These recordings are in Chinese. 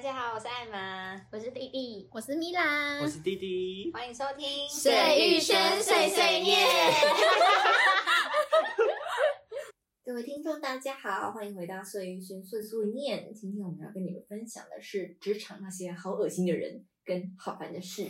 家好，我是艾玛，我是弟弟，我是米兰，我是弟弟。欢迎收听《水玉轩碎碎念》各位听众，大家好，欢迎回到碎玉轩碎碎念。今天我们要跟你们分享的是职场那些好恶心的人跟好烦的事。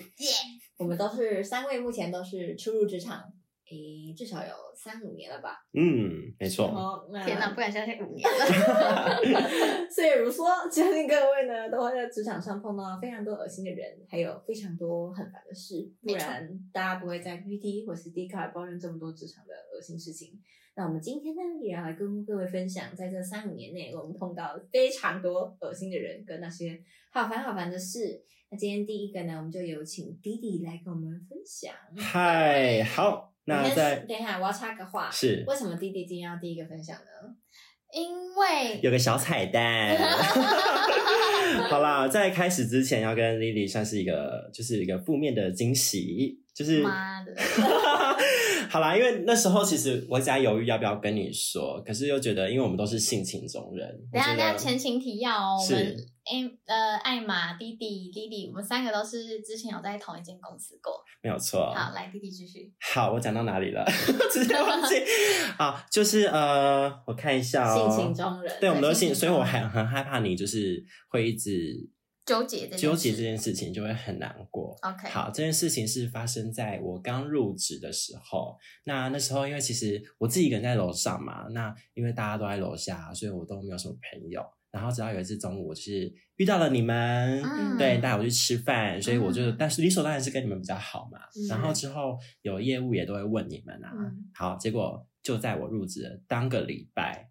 我们都是三位，目前都是初入职场，诶，至少有三五年了吧？嗯，没错。哦，那天哪，不敢相信五年了。 所以如说，相信各位呢都会在职场上碰到非常多恶心的人，还有非常多很烦的事，不没错然大家不会在 PPT 或是 d 卡抱怨这么多职场的恶心事情。那我们今天呢，也要来跟各位分享，在这三五年内，我们碰到非常多恶心的人跟那些好烦好烦的事。那今天第一个呢，我们就有请弟弟来跟我们分享。嗨，好，那你在看等一下，我要插个话，是为什么弟弟今天要第一个分享呢？因为有个小彩 蛋。好啦，在开始之前要跟 Lily 算是一个，就是一个负面的惊喜，就是妈的， 好啦，因为那时候其实我一直在犹豫要不要跟你说，可是又觉得，因为我们都是性情中人，等一下等我一觉得下，前情提要哦，我们是 A 呃艾玛、弟弟、莉莉，我们三个都是之前有在同一间公司过。没有错。好，来弟弟继续。好，我讲到哪里了？ 直接忘 记。好，就是呃，我看一下哦。性情中人，对，我们都性信，情所以中我人很很害怕你就是会一直纠结这件纠结事这件事情，就会很难过。 OK，好，这件事情是发生在我刚入职的时候。那那时候，因为其实我自己一个人在楼上嘛，那因为大家都在楼下，所以我都没有什么朋友。然后直到有一次中午，我就是遇到了你们，嗯对，带我去吃饭，所以我就，嗯但是理所当然是跟你们比较好嘛。嗯然后之后有业务也都会问你们啊。嗯好，结果就在我入职的当个礼拜，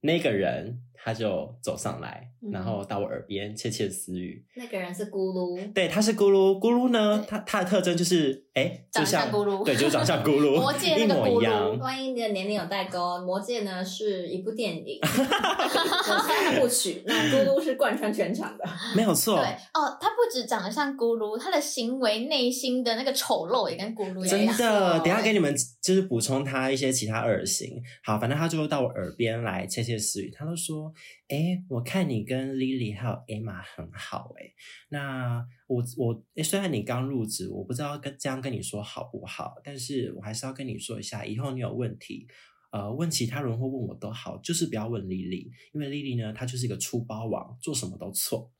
那个人他就走上来，嗯然后到我耳边窃窃私语，那个人是咕噜，对，它是咕噜，咕噜呢，对它它的特征就是，哎，长就相咕噜对，就长相咕 魔噜，界一那个模咕噜一样。万一你的年龄有代沟，《魔戒》呢是一部电影， 三部曲，那咕噜是贯穿全场的。没有错对，哦，他不止长得像咕噜，他的行为、内心的那个丑陋也跟咕噜一真样。的。哦等一下给你们就是补充他一些其他耳型。好，反正他就到我耳边来窃窃私语，他就说：“哎，我看你跟 Lily 还有 Emma 很好、诶哎，那我我哎，虽然你刚入职，我不知道跟这样跟你说好不好，但是我还是要跟你说一下，以后你有问题。”呃，问其他人或问我都好，就是不要问 Lily，因为 Lily 呢，她就是一个出包王，做什么都错。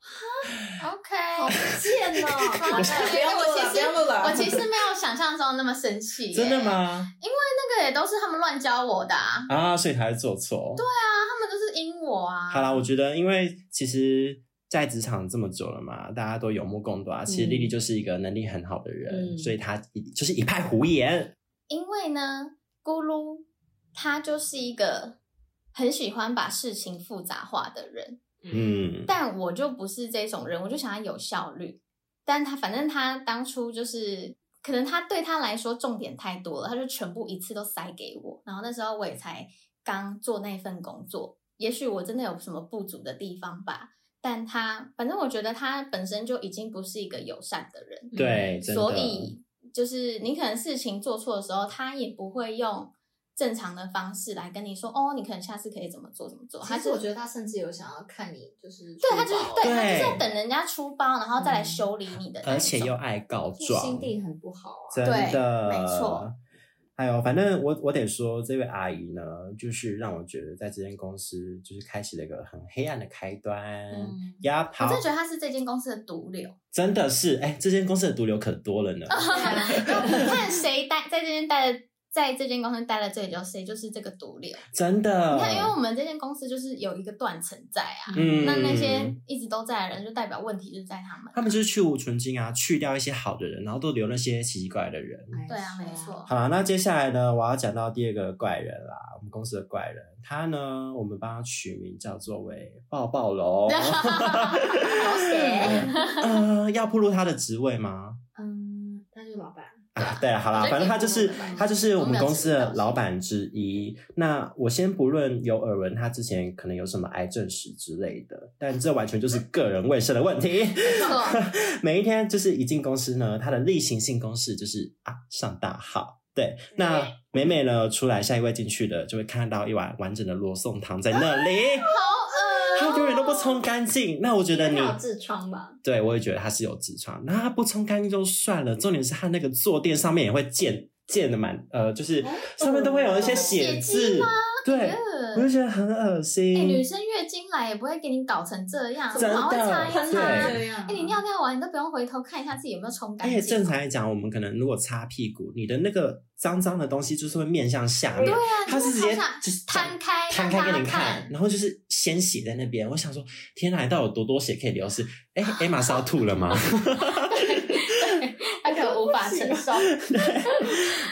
OK，贱哦！ 好的不要录了，不要录了。我其实没有想象中那么生气。真的？吗？那个也都是他们乱教我的啊，啊，所以才会做错。对，他们都是因我啊。好啦，我觉得因为其实，在职场这么久了嘛，大家都有目共睹啊。其实嗯丽丽就是一个能力很好的人，嗯所以她一就是一派胡言。因为呢，咕噜他就是一个很喜欢把事情复杂化的人，嗯，但我就不是这种人，我就想要有效率。但他反正他当初就是，可能他对他来说重点太多了，他就全部一次都塞给我。然后那时候我也才刚做那份工作，也许我真的有什么不足的地方吧。但他反正我觉得他本身就已经不是一个友善的人，对，真的所以就是你可能事情做错的时候，他也不会用正常的方式来跟你说，哦，你可能下次可以怎么做怎么做。他其是实我觉得他甚至有想要看你，就是对他就是对他就是在对嗯等人家出包，然后再来修理你的那一种，而且又爱告状，心地很不好啊。真的，对没错。哎呦，反正我我得说，这位阿姨呢，就是让我觉得在这间公司就是开启了一个很黑暗的开端。嗯呀、好，我真的觉得他是这间公司的毒瘤。 真的是，哎、这间公司的毒瘤可 多了呢。看谁待在这边待的，在这间公司待了最久，谁就是这个毒瘤。真的。你看，因为我们这间公司就是有一个断层在啊，嗯哎那那些一直都在的人，就代表问题就是在他们。他们就是去无存精啊，去掉一些好的人，然后都留那些奇奇怪怪的人。对啊，没。错。好啦，那接下来呢，我要讲到第二个怪人啦，我们公司的怪人，他呢，我们帮他取名叫做为抱抱 龙。好险！呃，要暴露他的职位吗？嗯，他是老板。啊，对了，好啦，所以反正他就是可以暴露他就是我们公司的老板之一。那我先不论有耳闻他之前可能有什么癌症史之类的，但这完全就是个人卫生的问题。没 错，每一天就是一进公司呢，他的例行性公事就是啊上大号。对，那美美呢出来，下一位进去的就会看到一碗完整的罗宋汤在那里， 好恶哦她永远都不冲干净，那我觉嗯得你应该有痔疮吧？对我也觉得他是有痔疮。那他不冲干净就算了，重点是他那个坐垫上面也会溅溅的蛮呃，就是哦上面都会有一些血血迹渍吗，对，我就觉得很恶哎、女心。生月经来也不会给你搞成这样，嗯真的然后会擦一很擦。难哎、这样。你尿尿完你都不用回头看一下自己有没有冲干而净。且哎正常来讲，我们可能如果擦屁股，你的那个脏脏的东西就是会面向下面对，啊，它是直接你就好像就是摊开摊开让给你大家看，看然后就是鲜血在那边。我想说，天哪，到底有多多血可以流失？哎，艾玛是要吐了吗？ 他可能无法承受。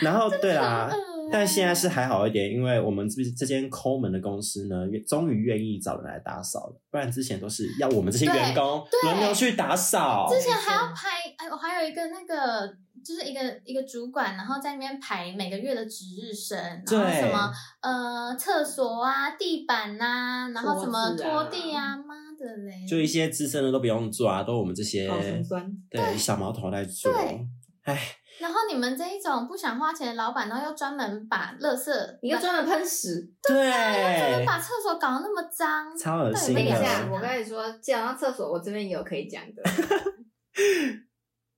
然后 对啦很恶欸，但现在是还好一点，因为我们这这间抠门的公司呢，也终于愿意找人来打扫了，不然之前都是要我们这些员工对轮流去打扫。之前还要拍，哎，我还有一个那个，就是一个一个主管，然后在那边排每个月的值日生，然后对什么呃厕所啊、地板呐、然后什么桌子啊拖地啊，妈的嘞！就一些资深的都不用做啊，都我们这些好心酸。对小毛头在做。对哎，然后你们这一种不想花钱的老板，然后又专门把垃圾，你又专门喷屎，对，把厕所搞得那么脏，超恶我心对跟你没有讲，的。我跟你说，讲到厕所，我这边也有可以讲的，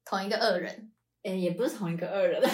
同一个恶人。诶、也不是同一个恶 人。哦，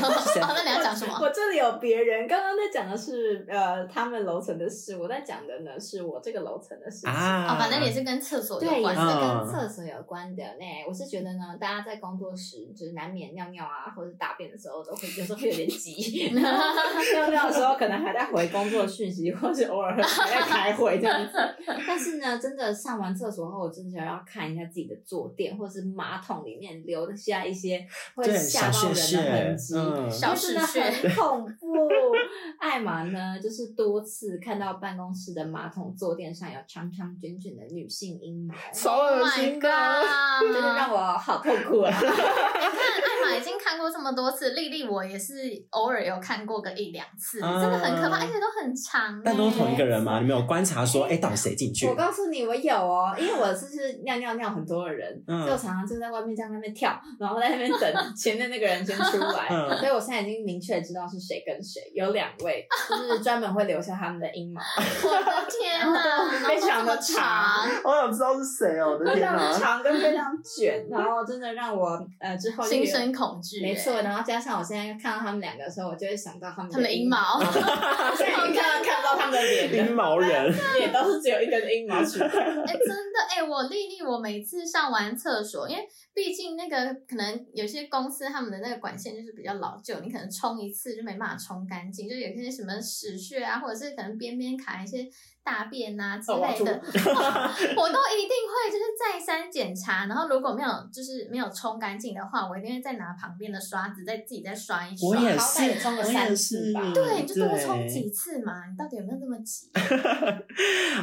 那你要讲什么我？我这里有别人，刚刚在讲的是呃他们楼层的事，我在讲的呢是我这个楼层的事情。啊，哦，反正也是跟厕所有对，也关是的。嗯跟厕所有关的呢。我是觉得呢，大家在工作时就是难免尿尿啊，或者大便的时候，都会有时候会有点急。 尿尿的时候可能还在回工作讯息，或者偶尔还在开会这样子。 但是呢，真的上完厕所后，我真的要看一下自己的坐垫或者是马桶里面留下一些会对吓小到屑人的痕屑，迹。嗯，小因为真的嗜血很恐怖。 艾玛呢，就是多次看到办公室的马桶坐垫上有长长卷卷的女性阴毛，超恶心的。 Oh 真 my 的 god！让我好痛苦 啊！看艾玛已经看过这么多次，丽丽我也是偶尔有看过个一两次，嗯真的很可怕，而且都很长、欸。但都是同一个人吗？你没有观察说，哎，到底谁进去？我告诉你，我有哦，因为我是是尿尿尿很多的人，嗯所以我常常就在外面这样在那边跳，然后在那边 等前面那个人先出来，嗯所以我现在已经明确知道是谁跟谁，有两 位就是专门会留下他们的阴毛，我的天 哪，非常然后这么的长长，我想知道是谁哦，我的 非常的！长跟非常卷， 然后真的让我呃之后就有心生恐惧、没错，欸然后加上我现在看到他们两个的时候，我就会想到他们他们的阴毛，毛，我现在已经看到看不到他们的 脸阴了，毛人，也都是只有一根阴毛出来。哎、真的哎、我丽丽，我每次上完厕所，因为毕竟那个可能有些公司他们的那个管线就是比较老旧，你可能冲一次就没办法冲干净，就有些什么屎屑啊，或者是可能边边卡一些大便啊之哦我 要类的，吐哇我都一定会就是再三检查，然后如果没有就是没有冲干净的话，我一定会再拿旁边的刷子再自己再刷一刷。我也好是歹也冲，个我也三是次吧，对，你就多冲几次嘛，你到底有没有这么急？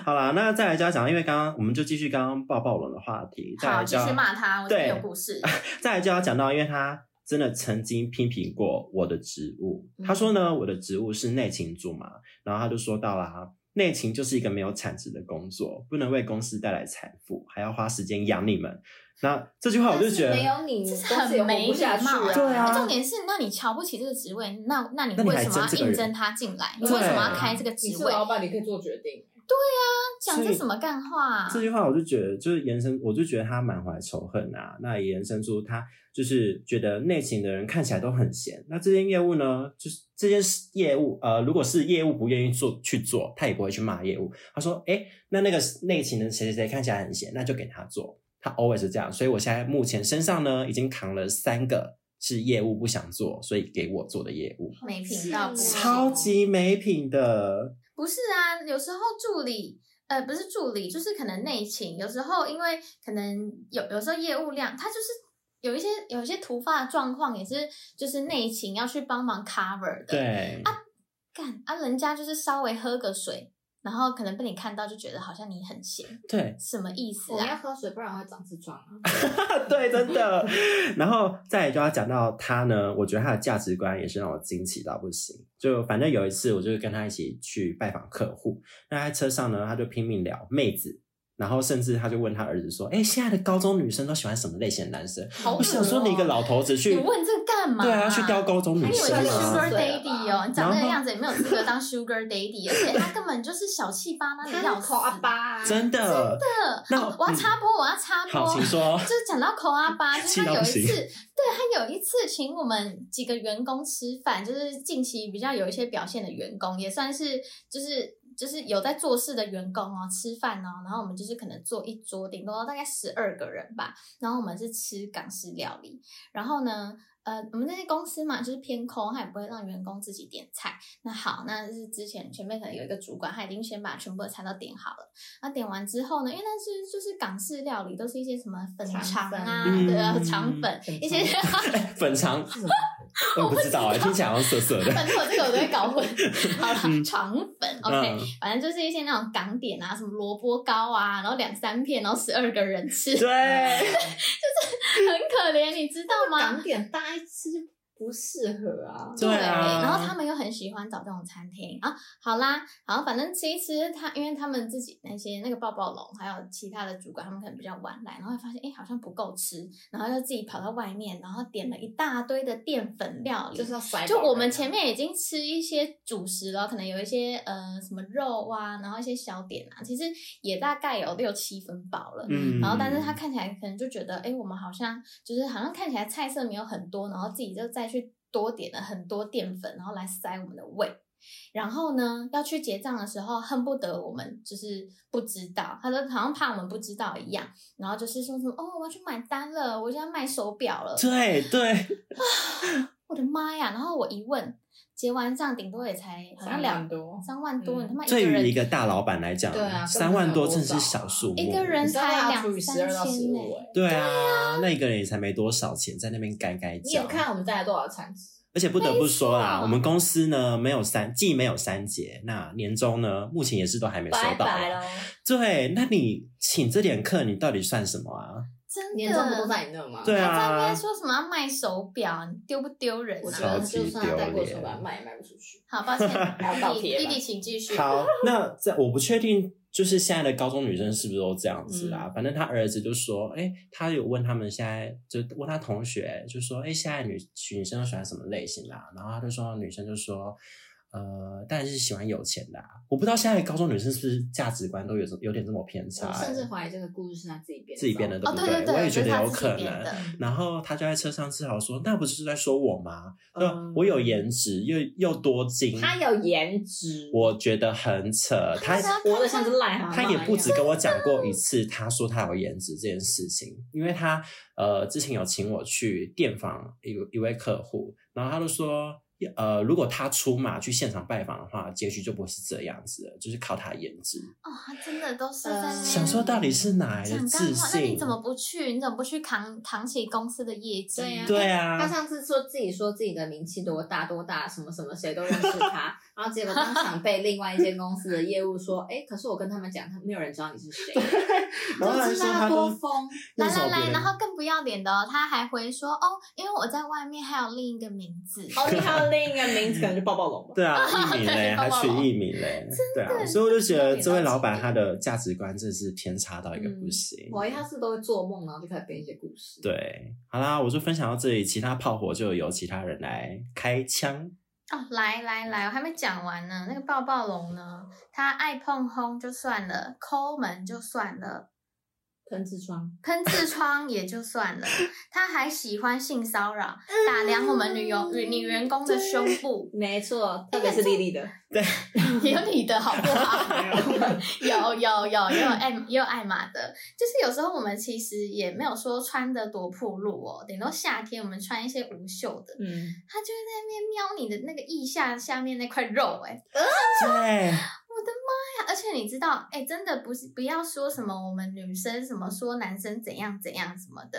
好啦，那再来就要讲，因为刚刚我们就继续刚刚抱抱龙的话题，再好，来继就要续骂他，我这边对有故事。 再来就要讲到，因为他真的曾经批评过我的职务。他嗯说呢，我的职务是内勤组嘛，然后他就说到啦，内勤就是一个没有产值的工作，不能为公司带来财富，还要花时间养你们。那这句话我就觉得没有你，这啊是公司很也活没不礼下去貌、啊！对啊重点是，那你瞧不起这个职位，那那你那你为还什么争这要个人应征他进来？你对啊为什么要开这个你职是哦位？老板，你可以做决定。讲这什么干话、啊？这句话我就觉得，就是延伸，我就觉得他满怀仇恨啊。那也延伸出他就是觉得内勤的人看起来都很闲。那这件业务呢，就是这件事业务，呃，如果是业务不愿意做去做，他也不会去骂业务。他说，哎，那那个内勤的谁谁谁看起来很闲，那就给他做。他 always 是这样，所以我现在目前身上呢已经扛了三个是业务不想做，所以给我做的业务，没品到不是行超级没品的。不是啊，有时候助理。呃，不是助理，就是可能内勤。有时候因为可能有有时候业务量，他就是有一些有一些突发的状况，也是就是内勤要去帮忙 cover 的。对，干啊，人家就是稍微喝个水，然后可能被你看到就觉得好像你很闲，对，什么意思我们要啊？喝水，不然会长痔疮啊！ 对，真的。然后再来就要讲到他呢，我觉得他的价值观也是让我惊奇到不行。就反正有一次，我就是跟他一起去拜访客户，那在车上呢，他就拼命聊妹子。然后甚至他就问他儿子说：“哎，现在的高中女生都喜欢什么类型的男生？”好哦我想说，你一个老头子去，你问这干嘛？对啊，去雕高中他女以为生他是啊 Sugar 女生啊 Daddy 哦，你长那个然后样子也没有资格当 Sugar Daddy，而且他根本就是小气巴拉 的要死。口阿巴，真的，的，那哦我要嗯插播，我要插播。好，请说 就。是讲到口阿巴，就是气他有一到不次，行对他有一次请我们几个员工吃饭，就是近期比较有一些表现的员工，也算是就是就是有在做事的员工哦，吃饭哦，然后我们就是可能坐一桌，顶多大概十二个人吧，然后我们是吃港式料理，然后呢。呃，我们那些公司嘛，就是偏空，他也不会让员工自己点菜。那好，那就是之前前面可能有一个主管，他已经先把全部的菜都点好了。那点完之后呢，因为那是就是港式料理，都是一些什么粉肠肠粉啊，嗯对啊，肠粉粉一些。哎粉 肠，我也不知道哎，听起来好像涩涩的。反正我这个我都会搞混，好了，嗯肠粉，OK，、反正就是一些那种港点啊，什么萝卜糕啊，然后两三片，然后十二个人吃，很对，可怜，你知道哎吗？港点大一吃就不适合啊。对啊然后他们又很喜欢找这种餐厅啊。好啦，然后反正吃一吃，他因为他们自己那些那个抱抱龙，还有其他的主管，他们可能比较晚来，然后会发现哎、诶好像不够吃，然后就自己跑到外面，然后点了一大堆的淀粉料理，就是要甩，就我们前面已经吃一些主食了，可能有一些呃什么肉啊，然后一些小点啊，其实也大概有六七分饱了。嗯，然后，但是他看起来可能就觉得，哎，我们好像就是好像看起来菜色没有很多，然后自己就再去多点了很多淀粉，然后来塞我们的胃。然后呢，要去结账的时候，恨不得我们就是不知道，他都好像怕我们不知道一样。然后就是说什么，哦，我要去买单了，我现在卖手表了。对对，我的妈呀！然后我一问，结完账顶多也才好像两多三万多，嗯你他妈一对个于一人个大老板来讲对啊，三万多真的是小数目。哦一个人才两三千呢、哎对啊，那一个人也才没多少钱，在那边改改你有脚。看我们带来多少餐纸？而且不得不说没啦，错我们公司呢没有三，既没有三节，那年终呢目前也是都还没收拜到。拜喽，对，那你请这点课，你到底算什么啊？真的。年终不都在你那吗？对还在那啊边，说什么要卖手表，你丢不丢人我觉啊？得就算他带过手把卖也卖不出去。好，抱歉还要，倒弟贴弟，吧弟弟请继续。 好，那在我不确定，就是现在的高中女生是不是都这样子啊？反正他儿子就说，哎、嗯他有问他们现在，就问他同学，就说，哎、现在女女生都喜欢什么类型的、啊？然后他就说，女生就说。呃，当然是喜欢有钱的、啊。我不知道现在的高中女生是不是价值观都有有点这么偏差、我欸甚至怀疑这个故事是他自己编的，自己编的，对哦，不对对对，我也这觉是得他有自己可编能。的。然后他就在车上自豪说：“那不是在说我吗？那、嗯我有颜值，又又多金，他有颜值，我觉得很扯。他是要活得像只癞蛤蟆一样。欸他也不止跟我讲过一次，他说他有颜值这件事情，因为他呃之前有请我去电访一一位客户，然后他就说。呃，如果他出马去现场拜访的话，结局就不会是这样子了，就是靠他颜值。哦，他真的都是在那边嗯想说到底是哪来的讲自干话，那信？你怎么不去？你怎么不去扛扛起公司的业绩？对呀、对啊他上次说自己说自己的名气多大多大，什么什么谁都认识他， 然后结果当场被另外一间公司的业务说，哎，可是我跟他们讲，他没有人知道你是谁，然后他就还知说道他他都多疯， 来用手来别来，人然后更不要脸的、哦，他还回说哦，因为我在外面还有另一个名字。哦，你还有另一个名字，可能就抱抱龙吧。对啊，艺名嘞，抱还抱取龙艺名嘞，对啊，所以我就觉得这位老板他的价值观真的是偏差到一个不行。 嗯我一他是都会做梦，然后就开始编一些故事。，对，好啦，我就分享到这里，其他炮火就由其他人来开枪。哦，来来来，我还没讲完呢。那个抱抱龙呢，他爱碰轰就算了，抠门就算了，喷痔疮，喷痔疮也就算了，他还喜欢性骚扰，打量我们女友女女员工的胸部， 没错，特别是丽丽的，也有你的好不好？ 有有有，也有爱也有爱马的，就是有时候我们其实也没有说穿的多暴露哦，顶多夏天我们穿一些无袖的，嗯，他就会在那边瞄你的那个腋下下面那块肉、欸，哎， 对，我的妈呀！而且你知道，哎、真的不是不要说什么我们女生什么说男生怎样怎样什么的，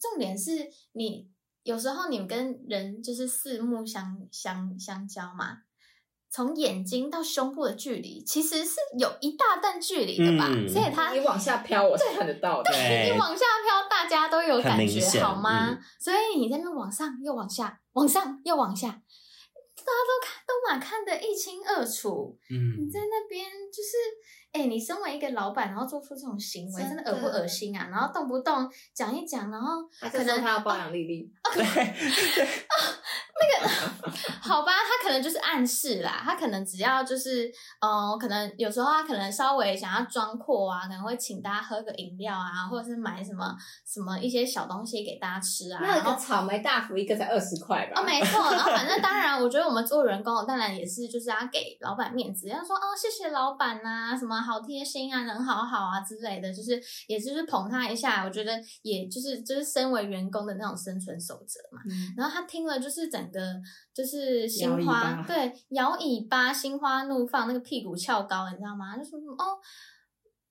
重点是你有时候你跟人就是四目相相相交嘛，从眼睛到胸部的距离其实是有一大段距离的吧，嗯所以他你往下飘，我是看得到的。对你往下飘，大家都有感很明觉，显好吗？嗯所以你在那边往上又往下，往上又往下，大家都看都嘛看得一清二楚。嗯你，在那边就是哎、你身为一个老板，然后做出这种行为，真真的的恶不恶心啊？然后动不动讲一讲， 然后他可就说能他要包养丽丽，好吧，他可能就是暗示啦，他可能只要就是，嗯、可能有时候他可能稍微想要装阔啊，可能会请大家喝个饮料啊，或者是买什么什么一些小东西给大家吃啊。那然有个后草莓大福一个才二十块吧？哦，没错，然后反正当然，我觉得我们做员工，当然也是就是要给老板面子，要说哦谢谢老板呐、什么好贴心啊，人好好啊之类的，就是也就是捧他一下。我觉得也就是就是身为员工的那种生存守则嘛。嗯，然后他听了就是整个就是心摇尾花巴对摇尾巴、心花怒放，那个屁股翘高，你知道吗？就说什么哦，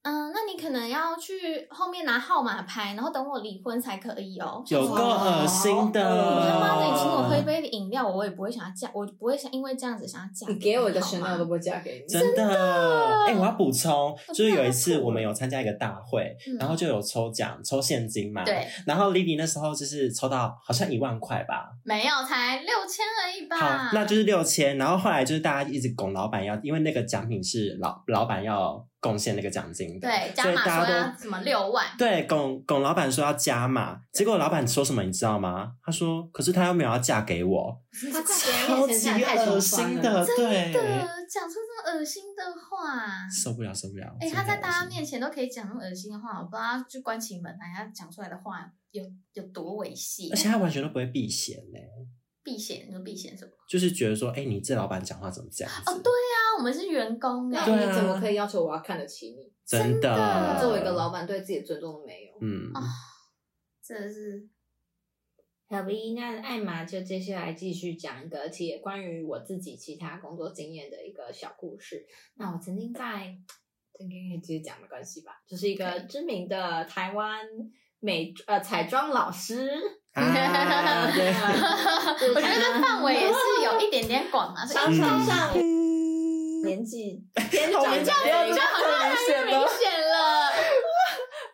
嗯，那你可能要去后面拿号码牌，然后等我离婚才可以哦。有够恶心的！哇他妈的，你请我喝一哦黑杯饮料，我也不会想要嫁，我不会想因为这样子想要嫁。你给我一个选好料都吗不会嫁给你，真的，哎、我要补充，就是我真的有一要次吐我们有参加一个大会，嗯然后就有抽奖，抽现金嘛。。对，然后 Lily 那时候就是抽到好像一万块吧，没有，才六千而已吧。好，那就是六千。然后后来就是大家一直拱老板要，因为那个奖品是老老板要贡献那个奖金的，对加所以码大说家要都什么六万，对拱拱老板说要加码，结果老板说什么你知道吗？他说：“可是他又没有要嫁给我，他超级恶心的，对，对，讲出这么恶心的话。受不了，受不了。”哎、他在大家面前，前都可以讲那么恶心的话，我不知道就关起门来，他讲出来的话有有多猥亵而，且他完全都不会避嫌嘞、避嫌，你说避嫌什么？就是觉得说：“哎、你这老板讲话怎么这样子？”哦，对啊，我们是员工哎、那对你啊怎么可以要求我要看得起你？真真的的，作为一个老，板，对自己的尊重都没有。嗯，哦 真的是好的，那艾玛就接下来继续讲一个其实关于我自己其他工作经验的一个小故事。那我曾经在，这应该可以直接讲没关系吧？就是一个知名的台湾美呃彩妆老师，啊，对。 就是我觉得这范围 也是有一点点广啊，稍所以嗯稍上年纪偏长我的们人，这样子 就好太明显明显了。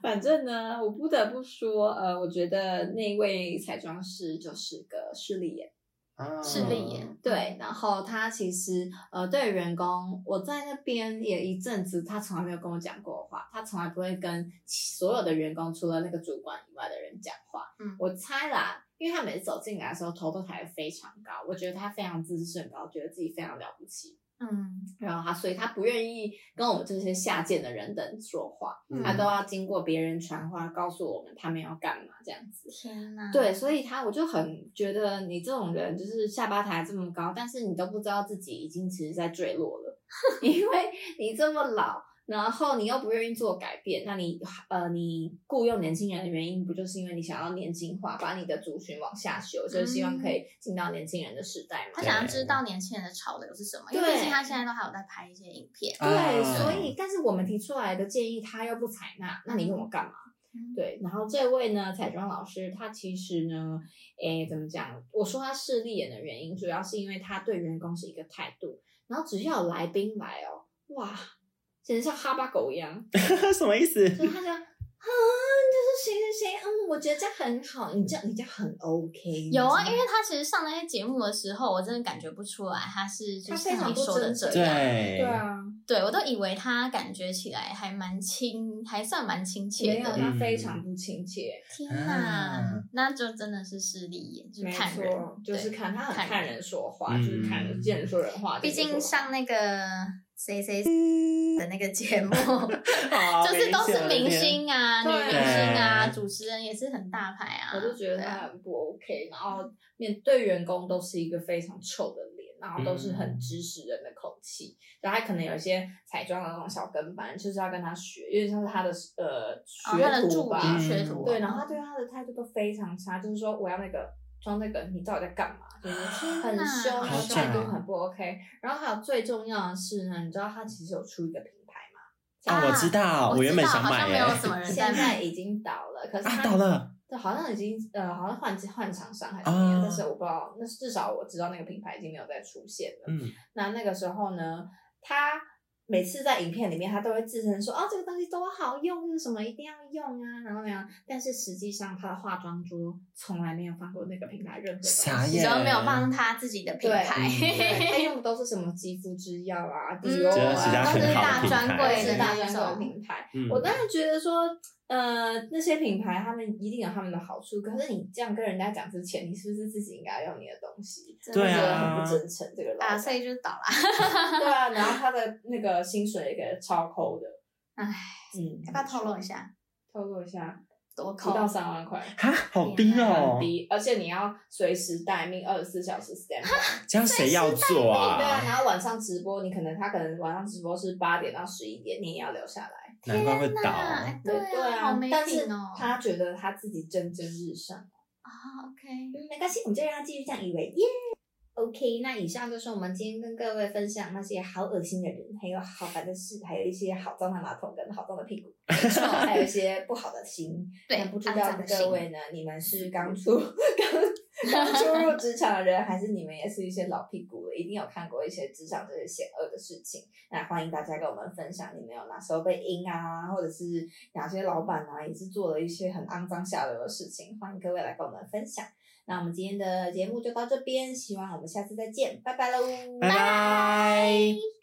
反正呢，我不得不说，呃，我觉得那位彩妆师就是个势利眼。啊势利眼，对，然后他其实呃，对员工，我在那边也一阵子，他从来没有跟我讲过话，他从来不会跟其所有的员工，除了那个主管以外的人讲话。嗯我猜啦，因为他每次走进来的时候，头都抬得非常高，我觉得他非常自视甚高，觉得自己非常了不起。嗯，然后他，所以他不愿意跟我们这些下贱的人等说话，嗯他都要经过别人传话告诉我们他们要干嘛这样子。天哪，对，所以他我就很觉得你这种人就是下巴抬这么高，但是你都不知道自己已经其实在坠落了，因为你这么老，然后你又不愿意做改变，那你呃你雇佣年轻人的原因，不就是因为你想要年轻化，把你的族群往下修，就是希望可以进到年轻人的时代嘛他？想要知道年轻人的潮流是什么，因为对毕竟他现在都还有在拍一些影片。对，啊所以但是我们提出来的建议他又不采纳，那你问我干嘛？对，然后这位呢，彩妆老师，他其实呢，诶，怎么讲？我说他势利眼的原因，主要是因为他对员工是一个态度，然后只要有来宾来哦，哇，简直像哈巴狗一样， 什么意思？就是 他这样。啊，你就是谁谁谁，嗯，我觉得这样很好，你这样你这样很 OK 你知有道吗。啊，因为他其实上那些节目的时候，我真的感觉不出来他是就他是非像常你不说的真这诚样。对哎对啊，对我都以为他感觉起来还蛮亲，还算蛮亲没切有的。他嗯非常不亲切，天哪，啊 那就真的是势利眼，就是没看人错，，就是对看他很看人。说话，嗯就是看人见人说人话。毕见竟人说人上话那个谁谁的那个节目，好就是都是明，星啊、女对明星啊，对主持人也是很大牌啊。我就觉得对啊他很不 OK，然后面对员工都是一个非常臭的脸，然后都是很嗯指使人的口气，然后他可能有一些彩妆的那种小跟班，就是要跟他学，有点像是他的呃哦，他学的徒助吧，理、嗯学徒，啊对，然后他对他的态度都非常差，就是说我要那个装那个，你到底在干嘛？就是很凶，天哪然后态好度假很不 OK。然后还有最重要的是呢，你知道他其实有出一个品牌嘛？啊，我知道，我知道原本想好买像没耶，有什么人在现在卖。已经倒了，可是啊，他倒了，对，好像已经呃，好像换换厂商还是怎么样，啊但是我不知道，那至少我知道那个品牌已经没有再出现了。嗯那那个时候呢，他每次在影片里面，他都会自称说哦，这个东西多好用，这个什么一定要用啊，然后那样。但是实际上，他的化妆桌从来没有放过那个平台任何东西。傻只眼要没有放他自己的品牌，对，嗯他用的都是什么肌肤之钥啊、嗯迪奥真的是啊，大家都都是是很大好大的专品牌柜是的大那专柜种。品牌。嗯我当然觉得说，呃，那些品牌他们一定有他们的好处，可是你这样跟人家讲之前，你是不是自己应该要用你的东西？真的对我觉得啊很不真诚，这 个老打板。碎啊就是倒啦，对啊，然后他的那个薪水也给得超抠的，唉，嗯，要不要透露一下？透露一下？多不抠到三万块，哈，好低哦很，低，而且你要随时待命，二十四小时 stand by。这样谁要做对啊，啊？然后晚上直播，你可能他可能晚上直播是八点到十一点，你也要留下来。难怪会倒。那对对啊，好没但是品哦。他觉得他自己蒸蒸日上。啊，OK，嗯，没关系，我们就让他继续这样以为耶。OK，那以上就是我们今天跟各位分享那些好恶心的人，还有好烦的事，还有一些好脏的马桶跟好脏的屁股，还有一些不好的心。对那不知肮道脏啊的各心位呢，你们是刚出 刚刚初入职场的人，还是你们也是一些老屁股了？一定有看过一些职场这些险恶的事情。那欢迎大家跟我们分享，你们有哪时候被阴啊，或者是哪些老板啊，也是做了一些很肮脏下流的事情，欢迎各位来跟我们分享。那我们今天的节目就到这边，希望我们下次再见，拜拜喽，拜拜。